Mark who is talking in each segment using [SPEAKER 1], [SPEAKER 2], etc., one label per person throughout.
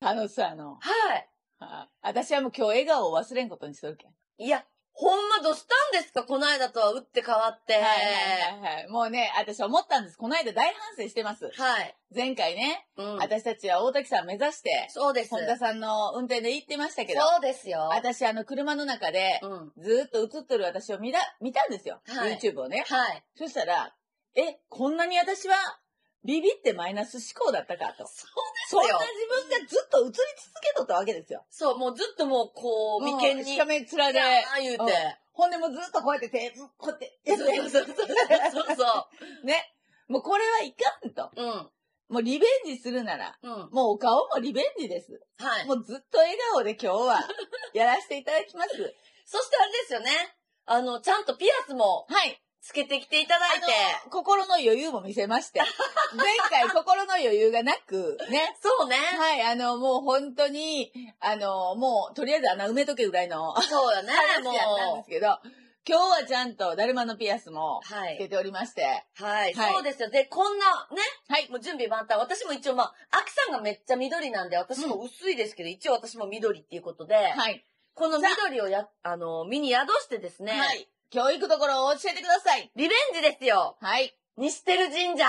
[SPEAKER 1] 楽しそうやの。
[SPEAKER 2] はい。
[SPEAKER 1] あ私はもう今日笑顔を忘れんことにしとるけん。
[SPEAKER 2] いや、ほんまどしたんですかこの間とは打って変わって。
[SPEAKER 1] はいはいはいはい。もうね、私思ったんです。この間大反省してます。
[SPEAKER 2] はい。
[SPEAKER 1] 前回ね、
[SPEAKER 2] うん。
[SPEAKER 1] 私たちは大滝さん目指して、
[SPEAKER 2] そうです。
[SPEAKER 1] 本田さんの運転で行ってましたけど、
[SPEAKER 2] そうですよ。
[SPEAKER 1] 私あの車の中で
[SPEAKER 2] う、ん。
[SPEAKER 1] ずーっと映ってる私を見た、見たんですよ。
[SPEAKER 2] はい
[SPEAKER 1] YouTube をね。
[SPEAKER 2] はい。
[SPEAKER 1] そしたら、え、こんなに私は、ビビってマイナス思考だったかと。
[SPEAKER 2] そう
[SPEAKER 1] そ
[SPEAKER 2] です
[SPEAKER 1] んな
[SPEAKER 2] よ
[SPEAKER 1] 自分がずっと映り続けとったわけですよ。
[SPEAKER 2] そう、もうずっともう、こう、
[SPEAKER 1] もう
[SPEAKER 2] 眉間に。
[SPEAKER 1] しかめ面で。
[SPEAKER 2] あー言う
[SPEAKER 1] うん
[SPEAKER 2] て。
[SPEAKER 1] ほんでもうずっとこうやって 手、こうやって、やっ
[SPEAKER 2] そうそうそうそうそうそ
[SPEAKER 1] てね。もうこれはいかんと。
[SPEAKER 2] う。うん。
[SPEAKER 1] もうリベンジするなら、
[SPEAKER 2] うん。は
[SPEAKER 1] もうお顔もリベンジです。
[SPEAKER 2] い。
[SPEAKER 1] もうずっと笑顔で今日 は、やらせていただきます。
[SPEAKER 2] そしてあれですよね。あの、ちゃんとピアスも
[SPEAKER 1] はい。
[SPEAKER 2] つけてきていただいて。
[SPEAKER 1] あの心の余裕も見せまして。前回心の余裕がなく、ね。
[SPEAKER 2] そう ね。
[SPEAKER 1] はい、あの、もう本当に、あの、もう、とりあえず穴埋めとけぐらいの話
[SPEAKER 2] そうよね
[SPEAKER 1] やっ、
[SPEAKER 2] も
[SPEAKER 1] たんで
[SPEAKER 2] う
[SPEAKER 1] す。けど、今日はちゃんと、だるまのピアスも、
[SPEAKER 2] は
[SPEAKER 1] つけ
[SPEAKER 2] い。
[SPEAKER 1] ておりまして、
[SPEAKER 2] はい。
[SPEAKER 1] はい
[SPEAKER 2] そうですよ。で、こんな、ね。
[SPEAKER 1] はい
[SPEAKER 2] もう準備万端。私も一応まあ、秋さんがめっちゃ緑なんで、私も薄いですけど、一応私も緑っていうことで、
[SPEAKER 1] はい、
[SPEAKER 2] この緑をや、あの、身に宿してですね、
[SPEAKER 1] はい、今日行くところを教えてください。
[SPEAKER 2] リベンジですよ
[SPEAKER 1] はい、
[SPEAKER 2] 西てる神社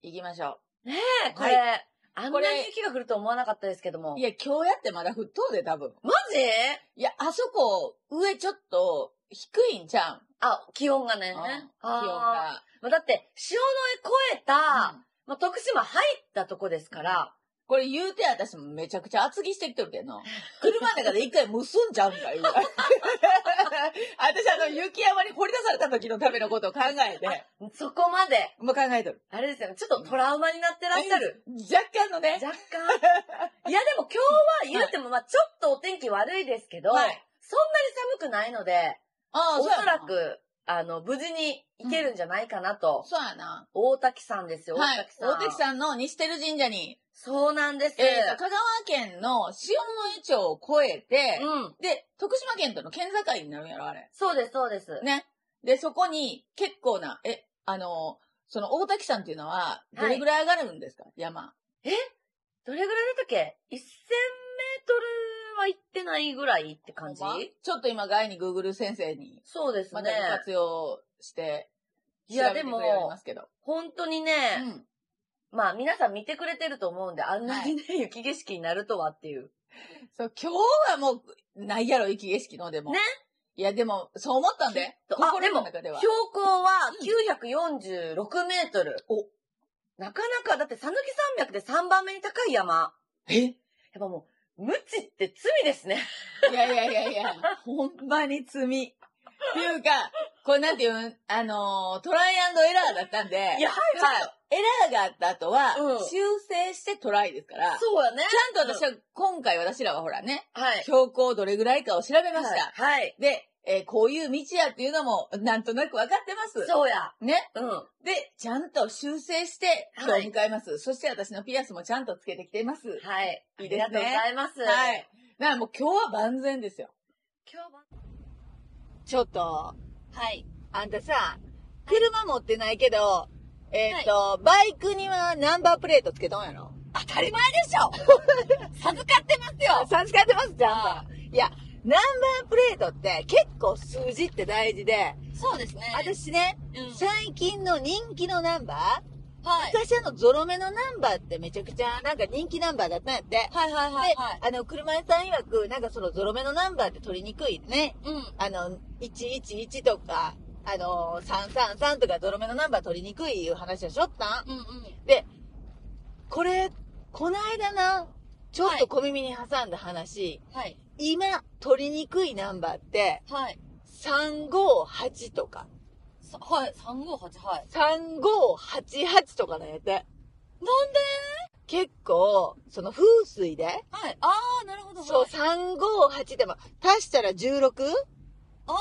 [SPEAKER 1] 行きましょ
[SPEAKER 2] ねえこれ、あんなに雪が降ると思わなかったですけども。
[SPEAKER 1] う。いや、今日やってまだ沸騰で、多分。
[SPEAKER 2] マジ
[SPEAKER 1] いや、あそこ、上ちょっと、低いんちゃうん
[SPEAKER 2] あ、気温がね。
[SPEAKER 1] うん気
[SPEAKER 2] あー
[SPEAKER 1] 温が。
[SPEAKER 2] まあ、だって、潮の越えた、
[SPEAKER 1] うん
[SPEAKER 2] まあ、徳島入ったとこですから、
[SPEAKER 1] これ言うて私もめちゃくちゃ厚着してきとるけどな。車の中で一回結んじゃうんか いうぐらい私あの、雪山に掘り出された時のためのことを考えて、
[SPEAKER 2] そこまで、
[SPEAKER 1] もう考えとる。
[SPEAKER 2] あれですよね、ちょっとトラウマになってらっしゃる。
[SPEAKER 1] 若干のね。
[SPEAKER 2] 若干。いや、でも今日は言うても、まあちょっとお天気悪いですけど、
[SPEAKER 1] はい
[SPEAKER 2] そんなに寒くないので、
[SPEAKER 1] あ
[SPEAKER 2] おそら
[SPEAKER 1] そうやな
[SPEAKER 2] く、あの、無事に行けるんじゃないかなと。
[SPEAKER 1] そうやな。
[SPEAKER 2] 大滝さんですよ、
[SPEAKER 1] は
[SPEAKER 2] 大
[SPEAKER 1] い
[SPEAKER 2] 滝。さん。
[SPEAKER 1] 大滝さんの西照神社に、
[SPEAKER 2] そうなんです。
[SPEAKER 1] えーと、香川県の塩の井町を越えて、
[SPEAKER 2] うん。
[SPEAKER 1] で、徳島県との県境になるんやろ、あれ。
[SPEAKER 2] そうです、そうです。
[SPEAKER 1] ね。で、そこに結構な、え、あの、その大滝さんっていうのは、どれぐらい上がるんですか、山。
[SPEAKER 2] どれぐらいだったっけ ?1000 メートルは行ってないぐらいって感じ
[SPEAKER 1] ほんまちょっと今、外に Google 先生に、
[SPEAKER 2] そうです
[SPEAKER 1] ま
[SPEAKER 2] ね。
[SPEAKER 1] たご活用して、
[SPEAKER 2] いや
[SPEAKER 1] 調べてくれ
[SPEAKER 2] でも
[SPEAKER 1] おりますけど。
[SPEAKER 2] 本当にね、
[SPEAKER 1] うん
[SPEAKER 2] まあ皆さん見てくれてると思うんで、あんなにね、雪景色になるとはっていう。
[SPEAKER 1] そう、今日はもう、ないやろ、雪景色のでも。
[SPEAKER 2] ね。
[SPEAKER 1] いや、でも、そう思ったんで、
[SPEAKER 2] きっとあ
[SPEAKER 1] 心の中では。
[SPEAKER 2] 標高は946メートル。
[SPEAKER 1] お
[SPEAKER 2] なかなか、だって、さぬき山脈で3番目に高い山。
[SPEAKER 1] えい
[SPEAKER 2] やっぱもう、無知って罪です ね。
[SPEAKER 1] やいやいやいや、ほんまに罪。っていうか、これなんていうん、あのートライアンドエラーだったんで、
[SPEAKER 2] いや、はい、
[SPEAKER 1] はいエラーがあった後は、
[SPEAKER 2] うん
[SPEAKER 1] 修正してトライですから、ち
[SPEAKER 2] そうやね。
[SPEAKER 1] ゃんと私は、今回私らはほらね、
[SPEAKER 2] はい。
[SPEAKER 1] 標高どれぐらいかを調べました。
[SPEAKER 2] はい。はい
[SPEAKER 1] で、えーこういう道やっていうのも、なんとなく分かってます。
[SPEAKER 2] そうや。
[SPEAKER 1] ね。
[SPEAKER 2] うん。
[SPEAKER 1] で、ちゃんと修正して、今
[SPEAKER 2] はい
[SPEAKER 1] 日迎えます。そして私のピアスもちゃんとつけてきています。
[SPEAKER 2] はい。
[SPEAKER 1] いいですね
[SPEAKER 2] ありがとうございます。
[SPEAKER 1] はい。だからもう今日は万全ですよ。
[SPEAKER 2] 今日は。
[SPEAKER 1] ちょっと、
[SPEAKER 2] はい。
[SPEAKER 1] あんたさ、車持ってないけど、えーっ、と、バイクにはナンバープレートつけとんやろ
[SPEAKER 2] 当たり前でしょ 授かってますよ
[SPEAKER 1] 授かってます、ジャンバー。いや、ナンバープレートって結構数字って大事で、
[SPEAKER 2] そうですね。
[SPEAKER 1] 私ね、
[SPEAKER 2] うん
[SPEAKER 1] 最近の人気のナンバー、
[SPEAKER 2] はい。
[SPEAKER 1] 昔あのゾロ目のナンバーってめちゃくちゃなんか人気ナンバーだったんやって。
[SPEAKER 2] はいはい
[SPEAKER 1] で、
[SPEAKER 2] はいはい。
[SPEAKER 1] あの、車屋さん曰く、なんかそのゾロ目のナンバーって取りにくいね。
[SPEAKER 2] うん。
[SPEAKER 1] あの、111とか、あの、333とかゾロ目のナンバー取りにくいいう話はしょったん
[SPEAKER 2] うんうん。
[SPEAKER 1] で、これ、この間な、ちょっと小耳に挟んだ話、
[SPEAKER 2] はい。
[SPEAKER 1] 今取りにくいナンバーって、
[SPEAKER 2] はい。
[SPEAKER 1] 358とか、
[SPEAKER 2] さはい。358、はい。
[SPEAKER 1] 3588とかなんやって。
[SPEAKER 2] なんで
[SPEAKER 1] 結構、その風水で、
[SPEAKER 2] はい。あー、なるほど。
[SPEAKER 1] そう、
[SPEAKER 2] はい
[SPEAKER 1] 358でも、足したら 16?
[SPEAKER 2] あ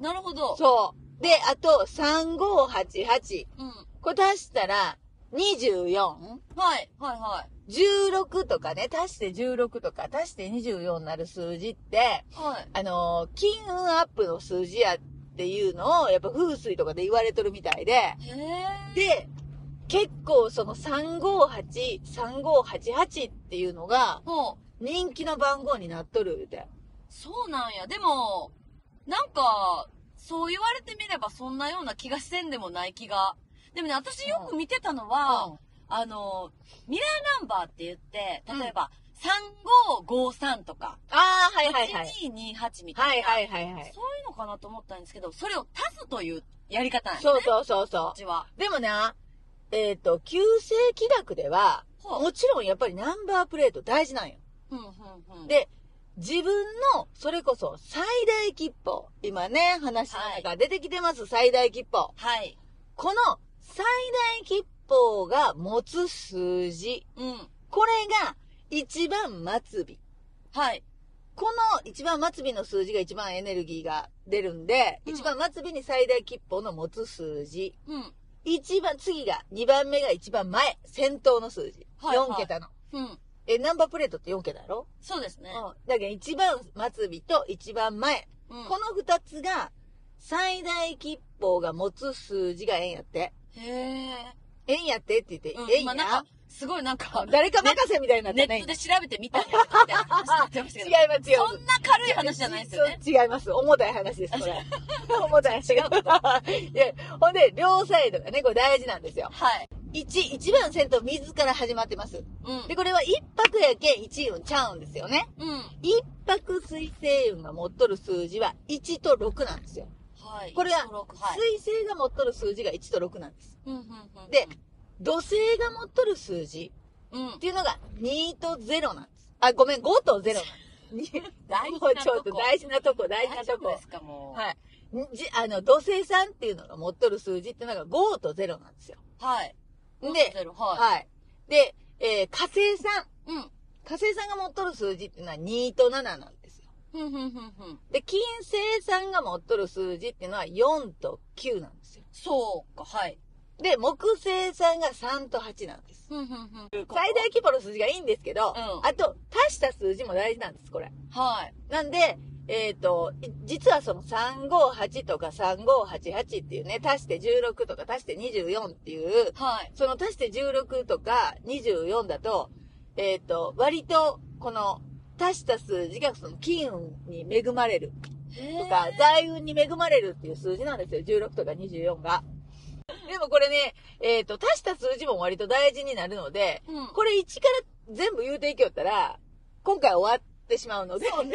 [SPEAKER 2] ー、なるほど。
[SPEAKER 1] そう。で、あと、3588。
[SPEAKER 2] う。うん。
[SPEAKER 1] これ足したら、24?16
[SPEAKER 2] はい。はいはい。
[SPEAKER 1] とかね、足して16とか、足して24になる数字って、
[SPEAKER 2] はい。
[SPEAKER 1] あのー金運アップの数字やっていうのを、やっぱ風水とかで言われとるみたいで、
[SPEAKER 2] へえ。
[SPEAKER 1] で、結構その358、3588っていうのが
[SPEAKER 2] ほう。
[SPEAKER 1] 人気の番号になっとる言うて。
[SPEAKER 2] そうなんや。でも、なんか、そう言われてみればそんなような気がせんでもない気が。でもね、私よく見てたのは、あの、ミラーナンバーって言って、例えば、3553とか、
[SPEAKER 1] あー、はいはいはい。
[SPEAKER 2] 1228みた
[SPEAKER 1] はいい
[SPEAKER 2] な、
[SPEAKER 1] はいはいはい。
[SPEAKER 2] そういうのかなと思ったんですけど、それを足すというやり方なんですね。
[SPEAKER 1] そうそうそう
[SPEAKER 2] こ
[SPEAKER 1] そ
[SPEAKER 2] っちは。
[SPEAKER 1] う。でもな、えっ、と、旧世紀楽では、
[SPEAKER 2] ほう。
[SPEAKER 1] もちろんやっぱりナンバープレート大事なんよ。
[SPEAKER 2] うんうんうん。
[SPEAKER 1] で自分の、それこそ最大切符。今ね、話の中出てきてます、最大切符。
[SPEAKER 2] はい。
[SPEAKER 1] この最大切符が持つ数字。
[SPEAKER 2] うん。
[SPEAKER 1] これが一番末尾。
[SPEAKER 2] はい。
[SPEAKER 1] この一番末尾の数字が一番エネルギーが出るんで、
[SPEAKER 2] うん
[SPEAKER 1] 一番末尾に最大切符の持つ数字。
[SPEAKER 2] うん。
[SPEAKER 1] 一番、次が、二番目が一番前。先頭の数字。
[SPEAKER 2] はいはい
[SPEAKER 1] 4桁の。
[SPEAKER 2] うん。
[SPEAKER 1] え、ナンバープレートって4桁やろ、
[SPEAKER 2] そうですね。
[SPEAKER 1] うん。だけど一番末尾と一番前。
[SPEAKER 2] うん。
[SPEAKER 1] この二つが、最大切符が持つ数字が円やって。
[SPEAKER 2] へえ。
[SPEAKER 1] 円やってって言って、
[SPEAKER 2] うん
[SPEAKER 1] 円
[SPEAKER 2] ま
[SPEAKER 1] や
[SPEAKER 2] あ、なんか、すごいなんか、
[SPEAKER 1] 誰か任せみたいになっ
[SPEAKER 2] ネ
[SPEAKER 1] てない
[SPEAKER 2] ット
[SPEAKER 1] 違い
[SPEAKER 2] で調べてみたいなみたいな話になってましたけど。
[SPEAKER 1] ますよ。
[SPEAKER 2] そんな軽い話じゃないですよね。
[SPEAKER 1] そう違います。重たい話です、これ。重たい 話。いや、ほんで、両サイドがね、これ大事なんですよ。
[SPEAKER 2] はい。
[SPEAKER 1] 一、一番先頭、水から始まってます。
[SPEAKER 2] うん
[SPEAKER 1] で、。これは一泊やけん一運ちゃうんですよね。
[SPEAKER 2] うん。
[SPEAKER 1] 一泊水星運が持っとる数字は1と6なんですよ。
[SPEAKER 2] はい。
[SPEAKER 1] これは
[SPEAKER 2] 登録はい。
[SPEAKER 1] 水星が持っとる数字が1と6なんです。
[SPEAKER 2] うんうんうん
[SPEAKER 1] で、土星が持っとる数字
[SPEAKER 2] うん。
[SPEAKER 1] っていうのが2と0なんです。あ、ごめん、5と0なんです。
[SPEAKER 2] 大 事
[SPEAKER 1] もう
[SPEAKER 2] な
[SPEAKER 1] ちょっ
[SPEAKER 2] と
[SPEAKER 1] と
[SPEAKER 2] こ。
[SPEAKER 1] 大事なとこ、大事なと
[SPEAKER 2] 大丈夫
[SPEAKER 1] こ
[SPEAKER 2] で。すか、も
[SPEAKER 1] はい。じ、あの、土星さんっていうのが持っとる数字っていうのが5と0なんですよ。
[SPEAKER 2] う。はい。
[SPEAKER 1] で、
[SPEAKER 2] ゼロ、は
[SPEAKER 1] はい。で、えー火星さん。
[SPEAKER 2] い。うん。
[SPEAKER 1] 火星さんが持っとる数字っていうのは2と7なんですよ。
[SPEAKER 2] ふんふんふんふん。
[SPEAKER 1] で、金星さんが持っとる数字っていうのは4と9なんですよ。
[SPEAKER 2] そうか、はい。
[SPEAKER 1] で、木星さんが3と8なんです。
[SPEAKER 2] ふんふんふん。
[SPEAKER 1] 最大規模の数字がいいんですけど、
[SPEAKER 2] うん
[SPEAKER 1] あと、足した数字も大事なんです、これ。
[SPEAKER 2] はい。
[SPEAKER 1] なんで、えっ、と、い実はその358とか3588っていうね、足して16とか足して24っていう、
[SPEAKER 2] はい。
[SPEAKER 1] その足して16とか24だと、えっ、と、割と、この、足した数字がその金運に恵まれる
[SPEAKER 2] へ
[SPEAKER 1] とか、財運に恵まれるっていう数字なんですよ。16とか24が。でもこれね、えっ、と、足した数字も割と大事になるので、
[SPEAKER 2] うん。
[SPEAKER 1] これ1から全部言うていきよったら、今回終わってしまうので、 そう,、
[SPEAKER 2] うん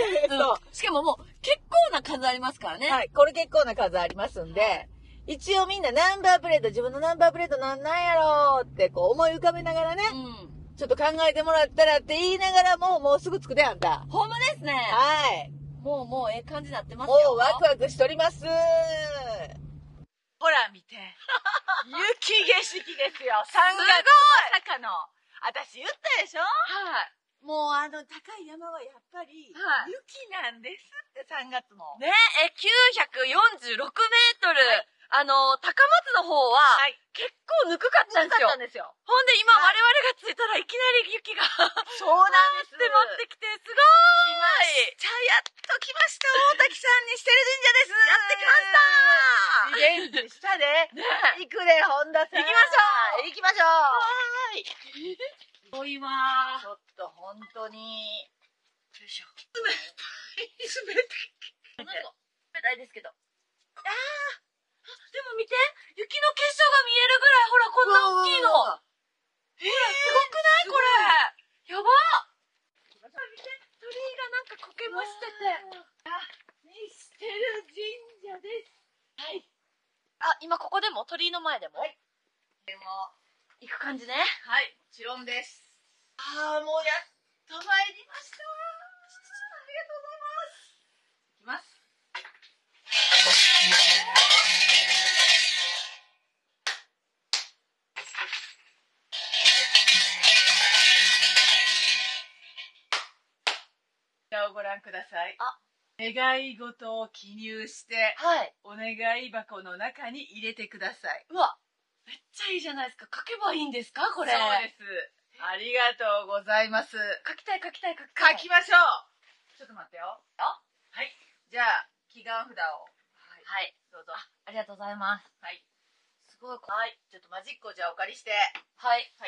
[SPEAKER 2] しかももう、結構な数ありますからね。
[SPEAKER 1] はい、これ結構な数ありますんで、一応みんなナンバープレート、自分のナンバープレートなんなんやろうってこう思い浮かべながらね、
[SPEAKER 2] うん。
[SPEAKER 1] ちょっと考えてもらったらって言いながらもうもうすぐ着くであんた。
[SPEAKER 2] ほんまですね。
[SPEAKER 1] はい。
[SPEAKER 2] もうもう、ええ感じになってます
[SPEAKER 1] も
[SPEAKER 2] よ。
[SPEAKER 1] うワクワクしております。ほら 見て。雪景色ですよ。3月まさかの。私言ったでしょ
[SPEAKER 2] はい。
[SPEAKER 1] もうあの高い山はやっぱり
[SPEAKER 2] はい
[SPEAKER 1] 雪なんですって3月も。
[SPEAKER 2] ねえ、946メートル。あの、高松の方は、
[SPEAKER 1] はい
[SPEAKER 2] 結構ぬくかったんで
[SPEAKER 1] です
[SPEAKER 2] すよ。
[SPEAKER 1] よ。
[SPEAKER 2] ほんで今、
[SPEAKER 1] はい
[SPEAKER 2] 我々が着いたらいきなり雪が迫っ
[SPEAKER 1] そうなんです。
[SPEAKER 2] てきて、すごい
[SPEAKER 1] じゃあやっと来ました。大滝さんにしてる神社です。やってきました。リベンジしたで。
[SPEAKER 2] ねえ。
[SPEAKER 1] 行くで、本田さん。
[SPEAKER 2] 行き
[SPEAKER 1] 行
[SPEAKER 2] ましょう
[SPEAKER 1] きましょう
[SPEAKER 2] すごいわ
[SPEAKER 1] ちょっと本当に。
[SPEAKER 2] よいしょ。
[SPEAKER 1] 冷
[SPEAKER 2] なんか、冷たいですけど。あーでも見て雪の結晶が見えるぐらい、ほら、こんな大きいの。
[SPEAKER 1] うわうわうわ
[SPEAKER 2] ほら、すごくないこれ。やば見て、鳥居がなんか苔むしてて。
[SPEAKER 1] してる神社です。
[SPEAKER 2] あ、今ここでも鳥居の前でも、
[SPEAKER 1] でも、
[SPEAKER 2] 行く感じね。
[SPEAKER 1] はい、もちろんです。ああ、もうやっと参りました。ありがとうございます。行きます。こちらをご覧ください。
[SPEAKER 2] あ
[SPEAKER 1] 願い事を記入して、
[SPEAKER 2] はい。
[SPEAKER 1] お願い箱の中に入れてください。
[SPEAKER 2] うわ、めっちゃいいじゃないですか。書けばいいんですかこれ。
[SPEAKER 1] そうです。ありがとうございます。
[SPEAKER 2] 書きたい書きたい書き
[SPEAKER 1] 書
[SPEAKER 2] たい。
[SPEAKER 1] きましょう。ちょっと待ってよ。
[SPEAKER 2] あ
[SPEAKER 1] はい。じゃあ、祈願札を。はい。
[SPEAKER 2] はい。
[SPEAKER 1] どうぞ。
[SPEAKER 2] ありがとうございます。
[SPEAKER 1] はい。
[SPEAKER 2] すごい。は
[SPEAKER 1] はい。ちょっとマジックをじゃあお借りして。
[SPEAKER 2] い。
[SPEAKER 1] はい。は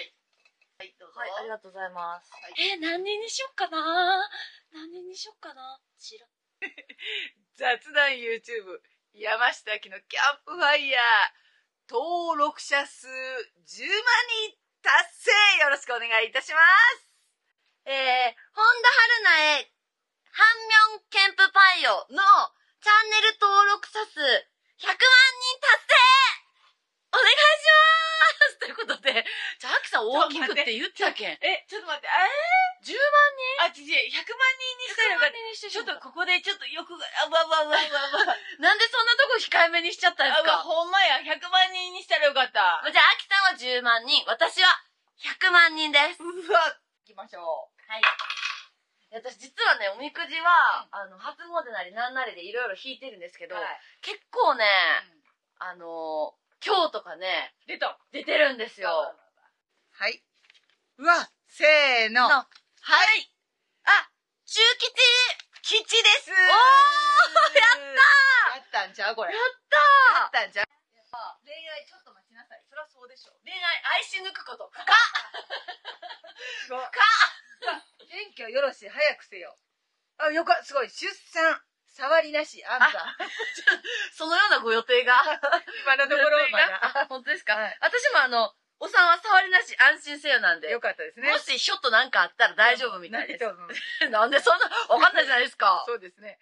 [SPEAKER 1] い、どうぞ。
[SPEAKER 2] はい、ありがとうございます。
[SPEAKER 1] はい
[SPEAKER 2] えー、何にしよっかな何にしよっかな知らん。
[SPEAKER 1] 雑談 YouTube 山下明のキャンプファイヤー登録者数10万人達成よろしくお願いいたします
[SPEAKER 2] えー、本田春菜へ、ハンミョンケンプパイオのチャンネル登録者数100万人達成お願いします ということで、じゃあ、アキさん大きくって言ってたけん。
[SPEAKER 1] えちょっと待ってえ
[SPEAKER 2] 10
[SPEAKER 1] あちち100万人にしたらよかっ
[SPEAKER 2] 万人にして
[SPEAKER 1] たちょっと
[SPEAKER 2] と、
[SPEAKER 1] ここでちょっとよくあわわわわわ わ
[SPEAKER 2] なんでそんなとこ控えめにしちゃったんです
[SPEAKER 1] あわ
[SPEAKER 2] か
[SPEAKER 1] ほんまや100万人にしたらよかった
[SPEAKER 2] じゃあ、アキさんは10万人、私は100万人です。
[SPEAKER 1] うわ行きましょう
[SPEAKER 2] はい。私実はね、おみくじは、あの、初詣なりなんなりでいろいろ引いてるんですけど、結構ね、あのー、今日とかね、
[SPEAKER 1] 出た
[SPEAKER 2] 出てるんですよ。
[SPEAKER 1] はいうわせーの
[SPEAKER 2] のはい。あ、中吉
[SPEAKER 1] 吉ですおーやったやったんちゃうこれや
[SPEAKER 2] だ
[SPEAKER 1] ったんちゃう恋愛ちょっと待ちなさいそりゃそうでしょ
[SPEAKER 2] 恋愛愛し抜 くこと。深
[SPEAKER 1] か元気をよろしい早くせよあよかすごい出産触りなしあんた
[SPEAKER 2] そのようなご予定が。
[SPEAKER 1] 今のと ころ
[SPEAKER 2] 予定があ本当ですか、
[SPEAKER 1] はい
[SPEAKER 2] 私もあの、お産は触りなし安心せよなんで。
[SPEAKER 1] よかったですね
[SPEAKER 2] も しひょっとなんかあったら大丈夫みたいです
[SPEAKER 1] な。と思う
[SPEAKER 2] なんでそんな、わかんないじゃないですか。
[SPEAKER 1] そうですね